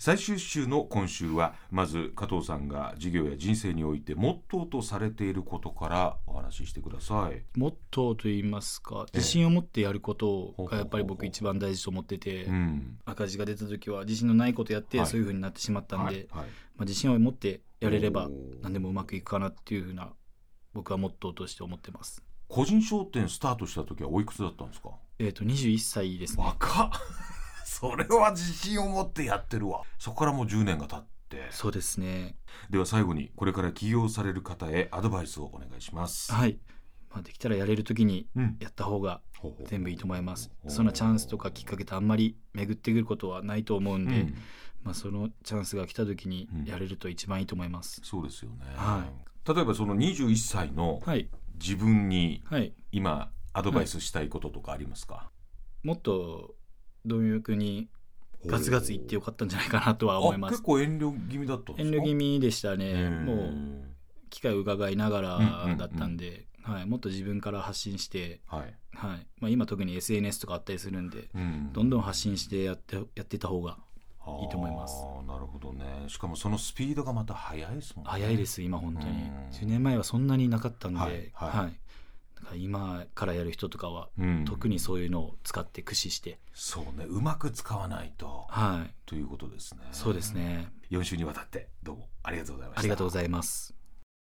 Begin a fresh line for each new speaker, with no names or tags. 最終週の今週はまず加藤さんが事業や人生においてモットーとされていることからお話ししてください。
モットーと言いますか
ええ
自信を持ってやることがや
ほうほ
っぱり
うほうほ
僕
う
一番大事と思ってて、
うん。
赤字が出た時は自信のないことやって
はい
そういうふうになってしまったんで、
はい。はい
まあ、自信を持ってやれれば
おー
何でもうまくいくかなっていうふうな僕はモットーとして思ってます。
個人商店スタートした時はおいくつだったんですか。
えっ、と21歳ですね。
若 っそれは自信を持ってやってるわ。そこからもう10年が経って。
そうですね。
では最後にこれから起業される方へアドバイスをお願いします。
はい。まあ、できたらやれる時に
うん。
やった方が
ほうほう
全部いいと思います。そんなチャンスとかきっかけってあんまり巡ってくることはないと思うん
う
で、
ん。
まあ、そのチャンスが来た時に
うん
やれると一番いいと思います。
そうですよね。
は
例えばその21歳の
はい。
自分に
はい。
今アドバイスしたいこととかありますか、
もっと貪欲にガツガツいってよかったんじゃないかなとは思いま
あ
す
結。構遠慮気味だったんです
遠
か
慮気味でしたね。
うん
もう機会を伺いながらだったんで、はい、もっと自分から発信して、
はい、
はいまあ、今特に SNS とかあったりするんで
うん
どんどん発信してやってやってた方がいいと思います
あーなるほどねしかもそのスピードがまた速いですもんね
早いです今本当に
うん
10年前はそんなになかったんで、
は
はいい
はい
だから今からやる人とかは
うん
特にそういうのを使って駆使して、
そうねうまく使わないと
はい
ということですね
そうですね
4週にわたってどうもありがとうございました
ありがとうございます